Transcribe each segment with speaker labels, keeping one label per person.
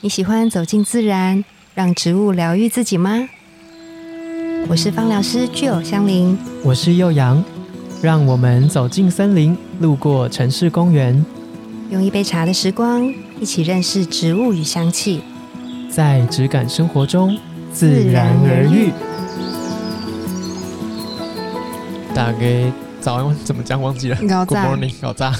Speaker 1: 你喜欢走进自然，让植物疗愈自己吗？我是芳疗师具有香林，
Speaker 2: 我是幼阳，让我们走进森林，路过城市公园，
Speaker 1: 用一杯茶的时光，一起认识植物与香气。
Speaker 2: 在质感生活中自然而愈。大概早安怎么讲忘记了
Speaker 1: 搞
Speaker 2: ？Good
Speaker 1: 赞！
Speaker 2: morning，搞炸！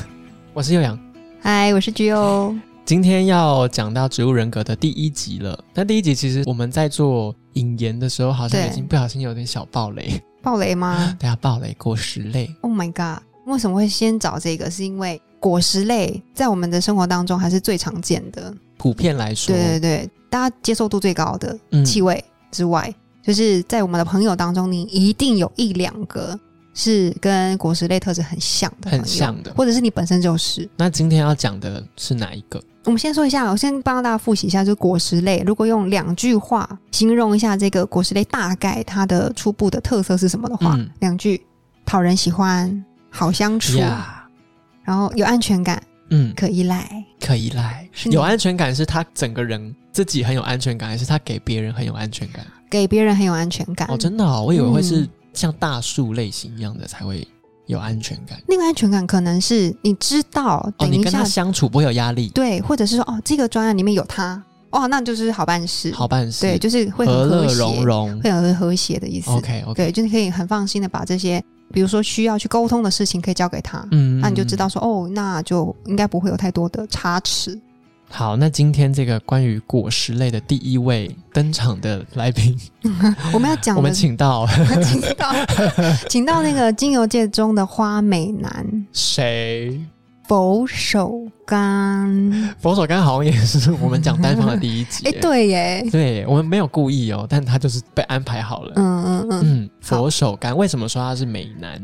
Speaker 2: 我是幼阳，
Speaker 1: 嗨，我是具有。
Speaker 2: 今天要讲到植物人格的第一集了。那第一集其实我们在做引言的时候，好像
Speaker 1: 对
Speaker 2: 已经不小心有点小爆雷，
Speaker 1: 暴雷 吗
Speaker 2: 大家爆雷果实类。
Speaker 1: ？Oh my god！为什么会先找这个？是因为果实类在我们的生活当中还是最常见的，
Speaker 2: 普遍来说，
Speaker 1: 对对对，大家接受度最高的
Speaker 2: 嗯
Speaker 1: 气味之外，就是在我们的朋友当中，你一定有一两个是跟果实类特质很像的朋友，
Speaker 2: 很像的。
Speaker 1: 或者是你本身就是。
Speaker 2: 那今天要讲的是哪一个？
Speaker 1: 我们先说一下，我先帮大家复习一下，就是果实类，如果用两句话形容一下这个果实类大概它的初步的特色是什么的话，
Speaker 2: 嗯
Speaker 1: 两句：讨人喜欢，好相处
Speaker 2: 呀
Speaker 1: 然后有安全感，
Speaker 2: 嗯，
Speaker 1: 可依赖。
Speaker 2: 可以来。
Speaker 1: 是你
Speaker 2: 有安全感是他整个人自己很有安全感，还是他给别人很有安全感？
Speaker 1: 给别人很有安全感
Speaker 2: 哦，真的哦，我以为会是
Speaker 1: 嗯
Speaker 2: 像大树类型一样的才会有安全感。
Speaker 1: 那个安全感可能是你知道，
Speaker 2: 哦，
Speaker 1: 等
Speaker 2: 你
Speaker 1: 一
Speaker 2: 跟
Speaker 1: 下
Speaker 2: 他相处不会有压力，
Speaker 1: 对，或者是说哦，这个专案里面有他，哦，那就是好办事，
Speaker 2: 好办事，
Speaker 1: 对，就是会
Speaker 2: 和
Speaker 1: 很和
Speaker 2: 乐
Speaker 1: 谐，
Speaker 2: 融融。
Speaker 1: 会很和谐的意思。
Speaker 2: OK OK，
Speaker 1: 对，就是可以很放心的把这些，比如说需要去沟通的事情，可以交给他，
Speaker 2: 嗯
Speaker 1: 那你就知道。说哦，那就应该不会有太多的差池。
Speaker 2: 好，那今天这个关于果实类的第一位登场的来宾，
Speaker 1: 我们要讲
Speaker 2: 我
Speaker 1: 的
Speaker 2: 们
Speaker 1: 是，
Speaker 2: 请到
Speaker 1: 请到 请到那个精油界中的花美 男
Speaker 2: 谁？
Speaker 1: 佛手柑。
Speaker 2: 佛手柑好像也是我们讲单方的第一 集。
Speaker 1: 哎，对耶，
Speaker 2: 对，我们没有故意哦，但他就是被安排好了。
Speaker 1: 嗯嗯嗯，
Speaker 2: 嗯，佛手柑为什么说它是美男？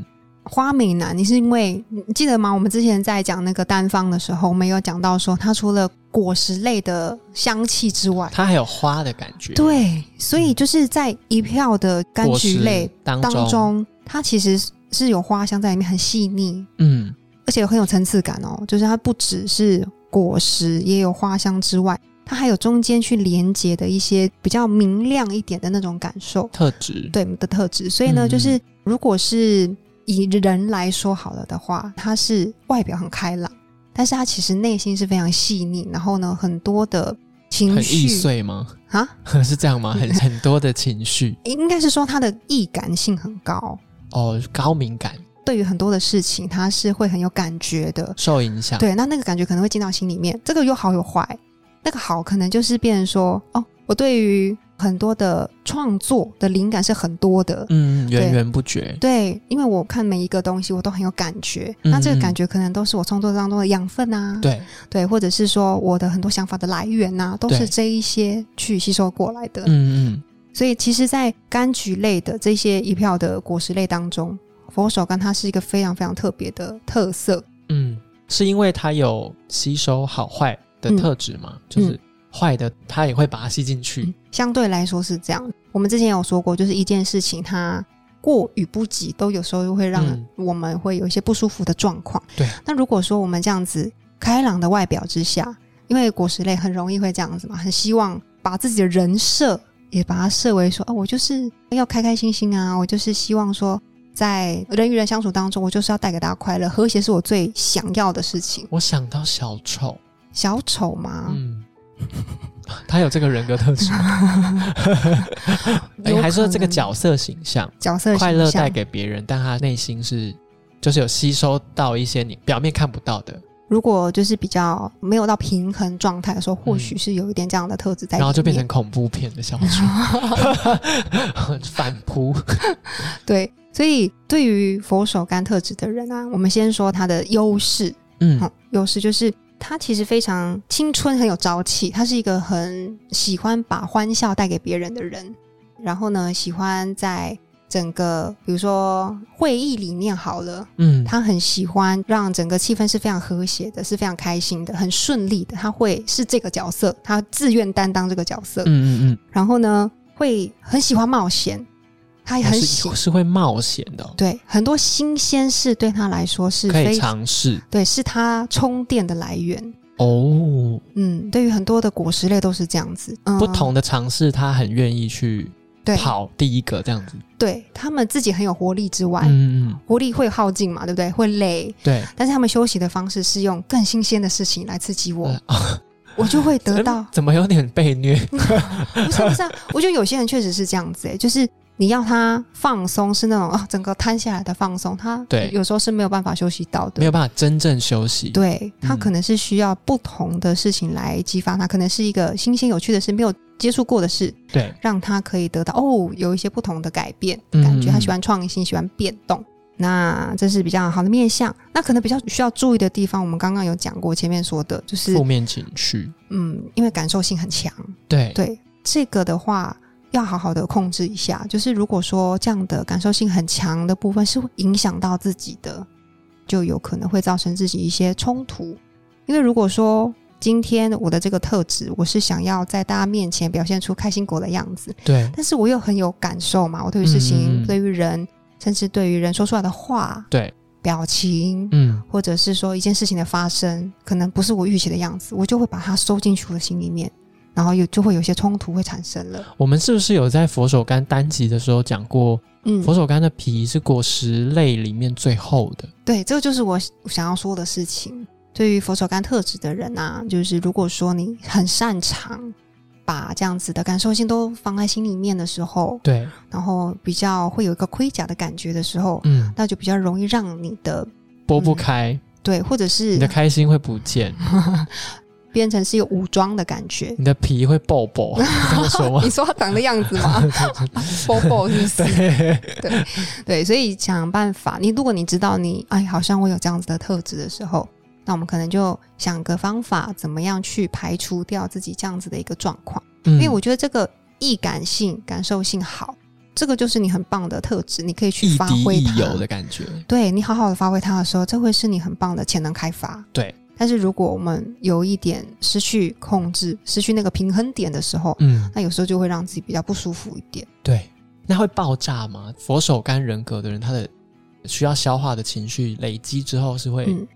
Speaker 1: 花美男，你是因为你记得吗？我们之前在讲那个单方的时候，我们有讲到说，它除了果实类的香气之外，
Speaker 2: 它还有花的感觉。，
Speaker 1: 对，所以就是在一票的柑
Speaker 2: 果
Speaker 1: 橘
Speaker 2: 实
Speaker 1: 类
Speaker 2: 当
Speaker 1: 当中，它其实是有花香在里面，很细腻，
Speaker 2: 嗯，
Speaker 1: 而且很有层次感哦。就是它不只是果实，也有花香之外，它还有中间去连接的一些比较明亮一点的那种感受。
Speaker 2: 特质。
Speaker 1: 对的特质。所以呢，
Speaker 2: 嗯
Speaker 1: 就是如果是以人来说好了的话，他是外表很开朗，但是他其实内心是非常细腻，然后呢，很多的情
Speaker 2: 很易
Speaker 1: 绪
Speaker 2: 碎吗？
Speaker 1: 啊，
Speaker 2: 是 这样吗？很很多的情绪
Speaker 1: 应该是说他的易感性很高，
Speaker 2: 哦，高敏感，
Speaker 1: 对于很多的事情他是会很有感觉的。
Speaker 2: 受影响。
Speaker 1: 对，那那个感觉可能会进到心里面，这个有好有坏。那个好可能就是变成说，哦，我对于很多的创作的灵感是很多的，
Speaker 2: 嗯，源
Speaker 1: 对
Speaker 2: 源不绝。
Speaker 1: 对，因为我看每一个东西，我都很有感觉。
Speaker 2: 嗯
Speaker 1: 那这个感觉可能都是我创作当中的养分啊，
Speaker 2: 对，
Speaker 1: 对或者是说我的很多想法的来源啊，都
Speaker 2: 对
Speaker 1: 是这一些去吸收过来的。
Speaker 2: 嗯嗯，
Speaker 1: 所以其实，在柑橘类的这些一票的果实类当中，佛手柑它是一个非常非常特别的特色。
Speaker 2: 嗯，是因为它有吸收好坏的
Speaker 1: 嗯嗯
Speaker 2: 特质吗？就是坏的，它也会把它吸进去。
Speaker 1: 相对来说是这样。我们之前有说过，就是一件事情它过与不及，都有时候会让
Speaker 2: 嗯
Speaker 1: 我们会有一些不舒服的状况。
Speaker 2: 对。
Speaker 1: 那如果说我们这样子开朗的外表之下，因为果实类很容易会这样子嘛，很希望把自己的人设也把它设为说，啊，我就是要开开心心啊，我就是希望说。在人与人相处当中，我就是要带给大家快乐，和谐是我最想要的事情。
Speaker 2: 我想到小丑，
Speaker 1: 小丑嘛，
Speaker 2: 嗯， 他有这个人格特质吗？哎、
Speaker 1: 有
Speaker 2: 还说这
Speaker 1: 可
Speaker 2: 个
Speaker 1: 能
Speaker 2: 角色形象，
Speaker 1: 角色
Speaker 2: 快乐
Speaker 1: 形象
Speaker 2: 带给别人，但他内心是就是有吸收到一些你表面看不到的，
Speaker 1: 如果就是比较没有到平衡状态的时候，或许是有一点这样的特质在里面、
Speaker 2: 嗯然后就变成恐怖片的小 说，反扑。
Speaker 1: 对。所以对于佛手柑特质的人啊，我们先说它的优势，
Speaker 2: 嗯
Speaker 1: 嗯，优势就是它其实非常青春，很有朝气，他是一个很喜欢把欢笑带给别人的人。然后呢，喜欢在整个比如说会议里面好了，
Speaker 2: 嗯，
Speaker 1: 他很喜欢让整个气氛是非常和谐的，是非常开心的，很顺利的。他会是这个角色，他自愿担当这个角色。
Speaker 2: 嗯嗯
Speaker 1: 然后呢，会很喜欢冒险，他
Speaker 2: 嗯，
Speaker 1: 也
Speaker 2: 还
Speaker 1: 哎很喜
Speaker 2: 是是会冒险的哦、
Speaker 1: 对很多新鲜事对他来说是
Speaker 2: 可以
Speaker 1: 非常
Speaker 2: 尝试
Speaker 1: 对，是他充电的来源。
Speaker 2: 哦。
Speaker 1: 嗯，对于很多的果实类都是这样子，嗯、
Speaker 2: 不同的尝试，他很愿意去
Speaker 1: 对
Speaker 2: 跑第一个这样子。
Speaker 1: 对他们自己很有活力之外，
Speaker 2: 嗯嗯嗯，
Speaker 1: 活力会耗尽嘛，对不对？会累，
Speaker 2: 对，
Speaker 1: 但是他们休息的方式是用更新鲜的事情来刺激我，
Speaker 2: 嗯啊。
Speaker 1: 我就会得到
Speaker 2: 怎么有点 被虐？
Speaker 1: 不是不是、啊，我觉得有些人确实是这样子、欸，就是你要他放松，是那种哦整个瘫下来的放松，他
Speaker 2: 对
Speaker 1: 有时候是没有办法休息到
Speaker 2: 没
Speaker 1: 的。
Speaker 2: 有办法真正休息。
Speaker 1: 对他
Speaker 2: 嗯
Speaker 1: 可能是需要不同的事情来激发他，可能是一个新鲜有趣的事，没有接触过的事，
Speaker 2: 对
Speaker 1: 让他可以得到哦，有一些不同的改变
Speaker 2: 嗯
Speaker 1: 感觉。
Speaker 2: 嗯
Speaker 1: 他喜欢创新，喜欢变动。那这是比较好的面向。那可能比较需要注意的地方，我们刚刚有讲过，前面说的就是
Speaker 2: 负面情绪，
Speaker 1: 嗯，因为感受性很强，
Speaker 2: 对
Speaker 1: 对这个的话。要好好的控制一下，就是如果说这样的感受性很强的部分是会影响到自己的，就有可能会造成自己一些冲突。因为如果说今天我的这个特质，我是想要在大家面前表现出开心果的样子，
Speaker 2: 对
Speaker 1: 但是我又很有感受嘛，我对于事情、
Speaker 2: 嗯嗯嗯
Speaker 1: 对于人，甚至对于人说出来的话、
Speaker 2: 对，
Speaker 1: 表情，
Speaker 2: 嗯，
Speaker 1: 或者是说一件事情的发生，可能不是我预期的样子，我就会把它收进去我的心里面，然后有就会有一些冲突会产生了。
Speaker 2: 我们是不是有在佛手柑单集的时候讲过，
Speaker 1: 嗯，
Speaker 2: 佛手柑的皮是果实类里面最厚的？
Speaker 1: 对，这个就是我想要说的事情。对于佛手柑特质的人啊，就是如果说你很擅长把这样子的感受性都放在心里面的时候，
Speaker 2: 对，
Speaker 1: 然后比较会有一个盔甲的感觉的时候，
Speaker 2: 嗯，
Speaker 1: 那就比较容易让你的
Speaker 2: 剥不开，
Speaker 1: 对，或者是
Speaker 2: 你 的开心会不见，
Speaker 1: 变成是有武装的感觉。
Speaker 2: 你的皮会爆爆，这么说吗
Speaker 1: 你？说他长的样子 吗？Bobo 是不是？
Speaker 2: 对，
Speaker 1: 对，所以想办法。你如果你知道你哎，好像我有这样子的特质的时候，那我们可能就想个方法，怎么样去排除掉自己这样子的一个状况。
Speaker 2: 因
Speaker 1: 因为我觉得这个易感性、感受性好，这个就是你很棒的特质，你可以去
Speaker 2: 亦
Speaker 1: 发
Speaker 2: 敌
Speaker 1: 挥
Speaker 2: 亦
Speaker 1: 它。
Speaker 2: 友的感觉，
Speaker 1: 对你好好的发挥它的时候，这会是你很棒的潜能开发。
Speaker 2: 对，
Speaker 1: 但是如果我们有一点失去控制、失去那个平衡点的时候，
Speaker 2: 嗯，
Speaker 1: 那有时候就会让自己比较不舒服一点。
Speaker 2: 对。那会爆炸吗？佛手柑人格的人，他的需要消化的情绪累积之后是会、
Speaker 1: 嗯，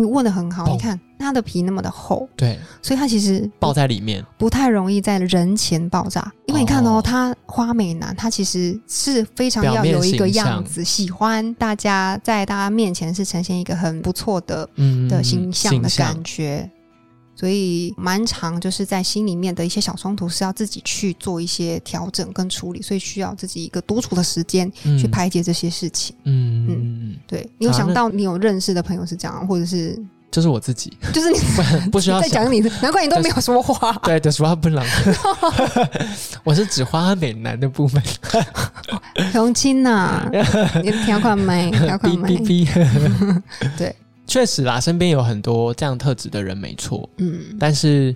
Speaker 1: 你问的很好，
Speaker 2: 懂
Speaker 1: 你看它的皮那么的厚，
Speaker 2: 对
Speaker 1: 所以它其实
Speaker 2: 爆在里面，
Speaker 1: 不太容易在人前爆炸。因为你看哦，
Speaker 2: 哦
Speaker 1: 它花美男他其实是非常
Speaker 2: 表
Speaker 1: 要
Speaker 2: 面
Speaker 1: 有一个
Speaker 2: 形象
Speaker 1: 样子，喜欢大家在大家面前是呈现一个很不错的
Speaker 2: 嗯
Speaker 1: 的形象的感觉。所以蛮长，就是在心里面的一些小冲突是要自己去做一些调整跟处理，所以需要自己一个独处的时间
Speaker 2: 嗯
Speaker 1: 去排解这些事情。嗯
Speaker 2: 嗯嗯嗯，
Speaker 1: 对你有
Speaker 2: 啊
Speaker 1: 想
Speaker 2: 那
Speaker 1: 到你有认识的朋友是这样，或者是
Speaker 2: 这是我自己，
Speaker 1: 就是你
Speaker 2: 不不需要
Speaker 1: 在
Speaker 2: 想。
Speaker 1: 讲你的，难怪你都没有说 话。
Speaker 2: 对的，主要不能。我是指花美男的部分，
Speaker 1: 雄青呐， 你条款没？条款
Speaker 2: 哔
Speaker 1: 没？
Speaker 2: 哔哔。
Speaker 1: 对，
Speaker 2: 确实啦，身边有很多这样特质的人，没错。
Speaker 1: 嗯，
Speaker 2: 但是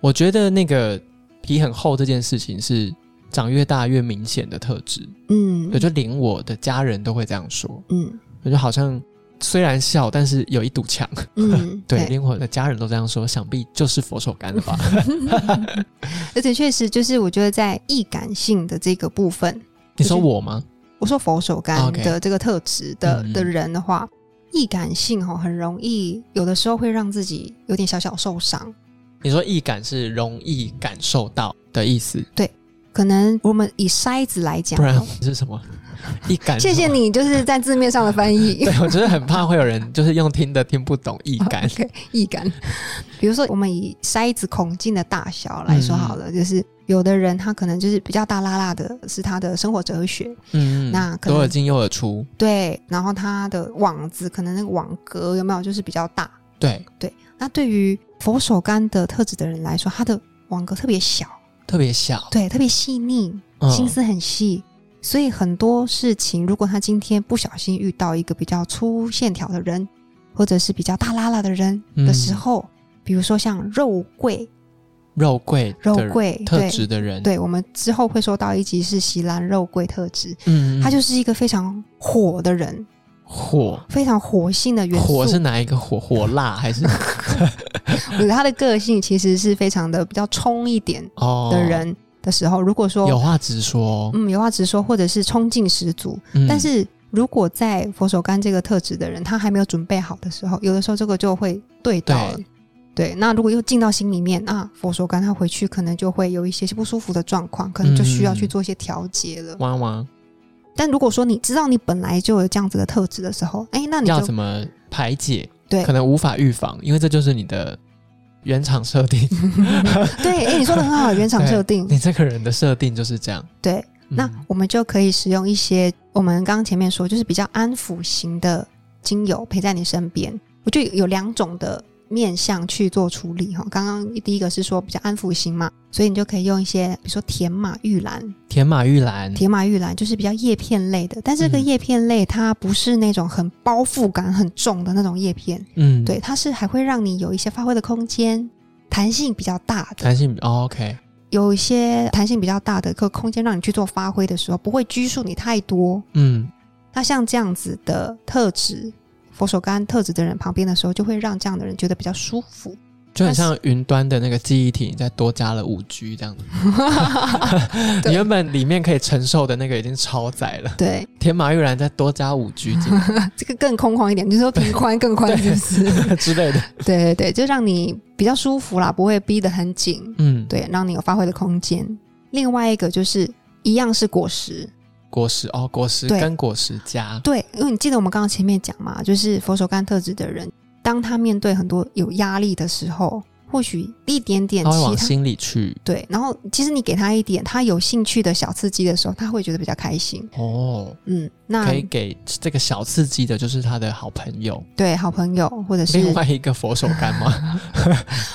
Speaker 2: 我觉得那个皮很厚这件事情是长越大越明显的特质，
Speaker 1: 嗯
Speaker 2: 我，就连我的家人都会这样说。
Speaker 1: 嗯
Speaker 2: 我就好像虽然笑，但是有一堵墙。
Speaker 1: 嗯，
Speaker 2: 对，，连我的家人都这样说，想必就是佛手柑了 吧？
Speaker 1: 而且确实就是我觉得在易感性的这个部分，
Speaker 2: 你说我吗？
Speaker 1: 我说佛手柑
Speaker 2: OK
Speaker 1: 的这个特质的
Speaker 2: 嗯
Speaker 1: 的人的话，易感性哈很容易，有的时候会让自己有点小小受伤。
Speaker 2: 你说易感是容易感受到的意思，
Speaker 1: 可能我们以筛子来讲
Speaker 2: 不，然是什么？ 易感是
Speaker 1: 谢
Speaker 2: 什么？
Speaker 1: 谢你，就是在字面上的翻译。
Speaker 2: 对，我就是很怕会有人就是用听的听不懂易 感
Speaker 1: o。k 易感。比如说，我们以筛子孔径的大小来说好了，
Speaker 2: 嗯
Speaker 1: 就是有的人他可能就是比较大拉拉的，是他的生活哲学，
Speaker 2: 嗯，
Speaker 1: 那可能
Speaker 2: 左耳进右耳出，
Speaker 1: 对，然后他的网子可能那个网格有没有就是比较大，
Speaker 2: 对，
Speaker 1: 对。那对于佛手柑的特质的人来说，他的网格特别小，
Speaker 2: 特别小，
Speaker 1: 对，特别细腻，
Speaker 2: 嗯
Speaker 1: 心思很细。所以很多事情，如果他今天不小心遇到一个比较粗线条的人，或者是比较大拉拉的人的
Speaker 2: 嗯
Speaker 1: 时候，比如说像肉桂、
Speaker 2: 肉桂的
Speaker 1: 肉
Speaker 2: 人
Speaker 1: 桂，
Speaker 2: 特
Speaker 1: 对
Speaker 2: 质的人，，
Speaker 1: 对，我们之后会说到一集是席兰肉桂特质，
Speaker 2: 嗯，
Speaker 1: 他就是一个非常火的人，
Speaker 2: 火，
Speaker 1: 非常火性的元素。
Speaker 2: 火是哪一个火？火 辣还是
Speaker 1: 我觉得他的个性其实是非常的比较冲一点
Speaker 2: 哦
Speaker 1: 的？人的时候，如果
Speaker 2: 有
Speaker 1: 说
Speaker 2: 话直说，哦
Speaker 1: 嗯有话直说，或者是冲劲十足，
Speaker 2: 嗯
Speaker 1: 但是如果在佛手柑这个特质的人，他还没有准备好的时候，有的时候这个就会对到了
Speaker 2: 对
Speaker 1: 对，那如果又进到心里面啊，佛手柑它回去可能就会有一些不舒服的状况，可能就需要
Speaker 2: 嗯
Speaker 1: 去做一些调节了。
Speaker 2: 哇哇，
Speaker 1: 但如果说你知道你本来就有这样子的特质的时候，哎，那你
Speaker 2: 要
Speaker 1: 就
Speaker 2: 怎么排解？
Speaker 1: 对
Speaker 2: 可能无法预防，因为这就是你的原厂设 定，
Speaker 1: 对，哎，你说的很 好，原厂设定，
Speaker 2: 你这个人的设定就是这样。
Speaker 1: 对，
Speaker 2: 嗯
Speaker 1: 那我们就可以使用一些我们刚刚前面说，就是比较安抚型的精油陪在你身边。我就有两种的面向去做处理哈。刚刚第一个是说比较安抚型嘛，所以你就可以用一些，比如说甜马玉兰，
Speaker 2: 天马玉兰，
Speaker 1: 甜马玉兰就是比较叶片类的，但这个
Speaker 2: 嗯
Speaker 1: 叶片类它不是那种很包覆感很重的那种叶片，
Speaker 2: 嗯，
Speaker 1: 对，，它是还会让你有一些发挥的空间，弹性比较大的。
Speaker 2: 弹性比、哦、OK，
Speaker 1: 有一些弹性比较大的一个空间让你去做发挥的时候，不会拘束你太多。
Speaker 2: 嗯，
Speaker 1: 那像这样子的特质，佛手柑特质的人旁边的时候，就会让这样的人觉得比较舒 服。
Speaker 2: 就
Speaker 1: 但
Speaker 2: 很
Speaker 1: 是
Speaker 2: 像云端的那个记忆体，你再多加了五 G 这样子，你
Speaker 1: 对
Speaker 2: 原本里面可以承受的那个已经超载了，
Speaker 1: 对，
Speaker 2: 天马玉兰再多加五 G 进来
Speaker 1: 这个更空旷一点，就是说平宽更宽，是
Speaker 2: 对
Speaker 1: 不是？
Speaker 2: 之类的，
Speaker 1: 对对对，就让你比较舒服啦，不会逼得很紧，
Speaker 2: 嗯，
Speaker 1: 对，让你有发挥的空间。另外一个就是一样是果实，
Speaker 2: 果实哦，果实
Speaker 1: 对
Speaker 2: 跟果实加，
Speaker 1: 对，因为你记得我们刚刚前面讲嘛，就是佛手柑特质的人，当他面对很多有压力的时候，或许一点点
Speaker 2: 它会
Speaker 1: 其
Speaker 2: 往
Speaker 1: 他
Speaker 2: 心里去
Speaker 1: 对，然后其实你给他一点他有兴趣的小刺激的时候，他会觉得比较开心。
Speaker 2: 哦，
Speaker 1: 嗯，那
Speaker 2: 可以给这个小刺激的，就是他的好朋友。
Speaker 1: 对好朋友，或者
Speaker 2: 另
Speaker 1: 是
Speaker 2: 外一个佛手柑 吗？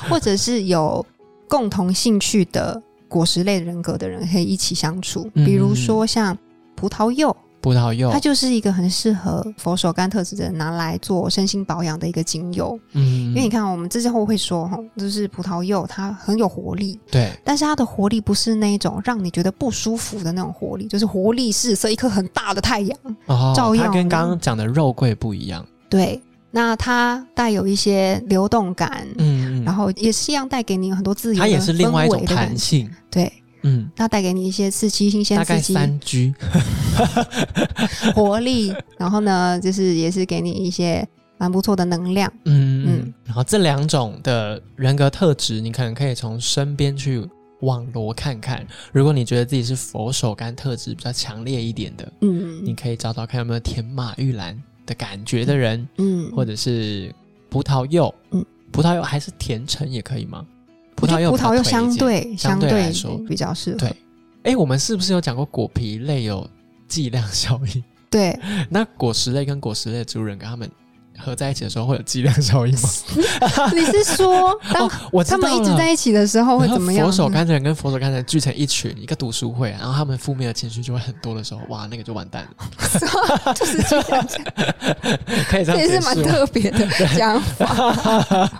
Speaker 1: 或者是有共同兴趣的果实类人格的人，可以一起相处。
Speaker 2: 嗯
Speaker 1: 比如说像葡萄柚，
Speaker 2: 葡萄柚
Speaker 1: 它，就是一个很适合佛手柑特质的人拿来做身心保养的一个精油。
Speaker 2: 嗯
Speaker 1: 因为你看，我们之后会说哈，就是葡萄柚它很有活力，
Speaker 2: 对，
Speaker 1: 但是它的活力不是那一种让你觉得不舒服的那种活力，就是活力四射，一颗很大的太阳。
Speaker 2: 哦，
Speaker 1: 照
Speaker 2: 它
Speaker 1: 样
Speaker 2: 跟刚刚讲的肉桂不一样，
Speaker 1: 对，那它带有一些流动感，
Speaker 2: 嗯，
Speaker 1: 然
Speaker 2: 后
Speaker 1: 后也是一样带给你很多自由的氛
Speaker 2: 它
Speaker 1: 围的
Speaker 2: 也
Speaker 1: 感觉，
Speaker 2: 是另外一种弹性，
Speaker 1: 对，
Speaker 2: 嗯，
Speaker 1: 那带给你一些刺激、新鲜、
Speaker 2: 大概
Speaker 1: 刺激、
Speaker 2: 三 G，
Speaker 1: 活力，然后呢，就是也是给你一些蛮不错的能量。
Speaker 2: 嗯嗯
Speaker 1: 嗯，
Speaker 2: 然后这两种的人格特质，你可能可以从身边去网罗看看。如果你觉得自己是佛手柑特质比较强烈一点的，你
Speaker 1: 嗯
Speaker 2: 可以找找看有没有天马玉兰的感觉的人，
Speaker 1: 嗯，
Speaker 2: 或者是葡萄柚，嗯
Speaker 1: 嗯，
Speaker 2: 葡萄柚还是甜橙也可以吗？葡
Speaker 1: 我觉
Speaker 2: 萄
Speaker 1: 得
Speaker 2: 柚
Speaker 1: 葡
Speaker 2: 比较
Speaker 1: 萄柚
Speaker 2: 推
Speaker 1: 相
Speaker 2: 荐
Speaker 1: 对
Speaker 2: 相对来
Speaker 1: 对
Speaker 2: 说
Speaker 1: 比较适合。
Speaker 2: 对，哎，我们是不是有讲过果皮类有剂量效应？
Speaker 1: 对，
Speaker 2: 那果实类跟果实类的植物人跟它们合在一起的时候会有剂量效应吗？
Speaker 1: 你是说当
Speaker 2: 哦，我知
Speaker 1: 他们
Speaker 2: 道
Speaker 1: 一直
Speaker 2: 了
Speaker 1: 在一起的时候哦会
Speaker 2: 然后
Speaker 1: 怎么样呢？
Speaker 2: 佛手柑的人跟佛手柑的人聚成一群，一个读书会，然后他们负面的情绪就会很多的时候，哇，那个就完蛋了。
Speaker 1: 就是这样讲，
Speaker 2: 可以这
Speaker 1: 这
Speaker 2: 样
Speaker 1: 也
Speaker 2: 解
Speaker 1: 是蛮
Speaker 2: 释吗？
Speaker 1: 特别的讲法。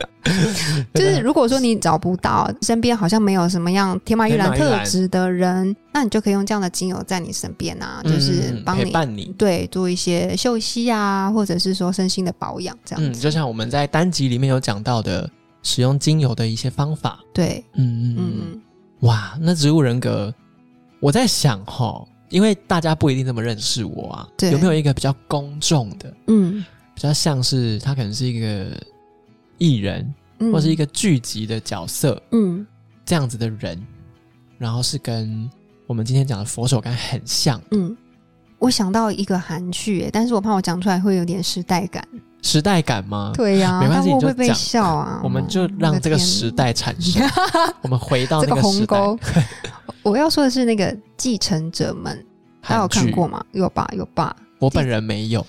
Speaker 1: 就是如果说你找不到身边好像没有什么样天马玉兰特质的人，那你就可以用这样的精油在你身边啊，
Speaker 2: 嗯
Speaker 1: 就是帮
Speaker 2: 陪
Speaker 1: 你
Speaker 2: 伴你。
Speaker 1: 对做一些休息啊，或者是说身心的保养这
Speaker 2: 嗯，
Speaker 1: 样子。
Speaker 2: 就像我们在单集里面有讲到的，使用精油的一些方法。
Speaker 1: 对，
Speaker 2: 嗯嗯嗯嗯。
Speaker 1: 嗯
Speaker 2: 哇，那植物人格，我在想哈，因为大家不一定这么认识我啊，
Speaker 1: 对
Speaker 2: 有没有一个比较公众的，
Speaker 1: 嗯
Speaker 2: 比较像是他可能是一个艺人
Speaker 1: 嗯，
Speaker 2: 或是一个剧集的角色
Speaker 1: 嗯
Speaker 2: 这样子的人，然后是跟我们今天讲的佛手柑很像，
Speaker 1: 嗯。我想到一个韩剧、欸，但是我怕我讲出来会有点时代感。
Speaker 2: 时代感吗？
Speaker 1: 对呀、
Speaker 2: 嗯没关
Speaker 1: 但
Speaker 2: 系
Speaker 1: 我会
Speaker 2: 你就
Speaker 1: 被
Speaker 2: 讲
Speaker 1: 笑啊。嗯
Speaker 2: 我们就让这个时代产生， 我们回到
Speaker 1: 这
Speaker 2: 那
Speaker 1: 个鸿
Speaker 2: 时代。
Speaker 1: 沟。我要说的是那个《继承者们》，大家有
Speaker 2: 韩
Speaker 1: 看
Speaker 2: 剧
Speaker 1: 过吗？有吧，有吧，
Speaker 2: 我本人没 有，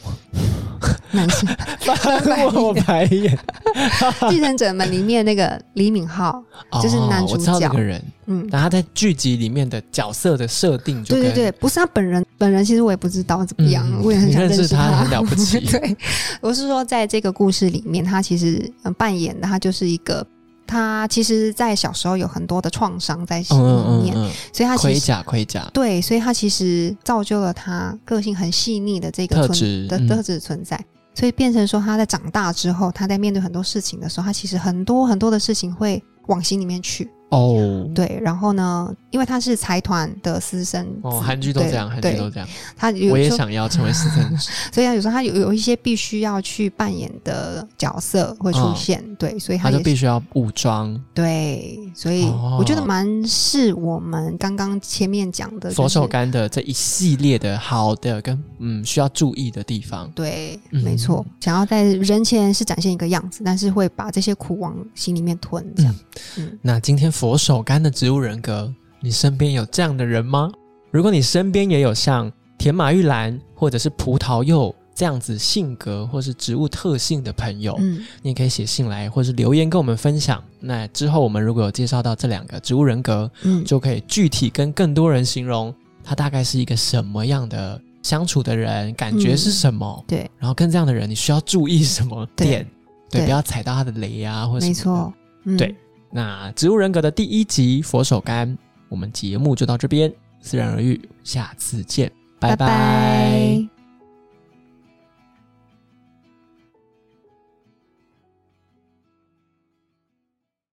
Speaker 1: 男 生
Speaker 2: 我白眼，
Speaker 1: 《继承者们》里面那个李敏镐，就是男
Speaker 2: 哦
Speaker 1: 主
Speaker 2: 我知道那
Speaker 1: 角
Speaker 2: 个人，
Speaker 1: 嗯，
Speaker 2: 然后他在剧集里面的角色的设定就
Speaker 1: 对
Speaker 2: 跟
Speaker 1: 对对，不是他本人，本人其实我也不知道怎么样，
Speaker 2: 嗯
Speaker 1: 我也很想
Speaker 2: 你认识
Speaker 1: 识
Speaker 2: 他很了不起
Speaker 1: 对，我是说，在这个故事里面，他其实嗯扮演的他就是一个，他其实，在小时候有很多的创伤在心里
Speaker 2: 嗯
Speaker 1: 面，
Speaker 2: 嗯
Speaker 1: 所以他
Speaker 2: 嗯，
Speaker 1: 其
Speaker 2: 盔
Speaker 1: 实
Speaker 2: 甲盔甲，
Speaker 1: 对，所以他其实造就了他个性很细腻的这个
Speaker 2: 特
Speaker 1: 存
Speaker 2: 质
Speaker 1: 的
Speaker 2: 嗯
Speaker 1: 特质存在。所以变成说，他在长大之后，他在面对很多事情的时候，他其实很多很多的事情会往心里面去。
Speaker 2: 哦，
Speaker 1: 对，然后呢，因为他是财团的私生子，
Speaker 2: 哦，韩剧都
Speaker 1: 对
Speaker 2: 这样，韩剧
Speaker 1: 对
Speaker 2: 都这样，
Speaker 1: 他有
Speaker 2: 我也
Speaker 1: 时候
Speaker 2: 想 要成为私生子。
Speaker 1: 所以他有时候他有有一些必须要去扮演的角色会出现，对，所以
Speaker 2: 他
Speaker 1: 也
Speaker 2: 嗯就是必须要武装。
Speaker 1: 对，所以
Speaker 2: 哦
Speaker 1: 我觉得蛮是我们刚刚前面讲的、就是、
Speaker 2: 佛手柑的这一系列的好的跟嗯需要注意的地方，
Speaker 1: 对，
Speaker 2: 嗯
Speaker 1: 没错，想要在人前是展现一个样子，但是会把这些苦往心里面吞，这样，嗯
Speaker 2: 那今天佛手柑的植物人格，你身边有这样的人吗？如果你身边也有像甜马玉兰或者是葡萄柚这样子性格或是植物特性的朋友，
Speaker 1: 嗯，
Speaker 2: 你也可以写信来或是留言跟我们分享。那之后我们如果有介绍到这两个植物人格，
Speaker 1: 嗯
Speaker 2: 就可以具体跟更多人形容他大概是一个什么样的相处的人，感觉是什么。
Speaker 1: 嗯对，
Speaker 2: 然后跟这样的人，你需要注意什么
Speaker 1: 对
Speaker 2: 点？对，
Speaker 1: 对
Speaker 2: 不要踩到他的雷啊，或者
Speaker 1: 没错。，嗯
Speaker 2: 对，那植物人格的第一集佛手柑，我们节目就到这边，自然而愈，下次见，拜
Speaker 1: 拜
Speaker 2: 拜
Speaker 1: 拜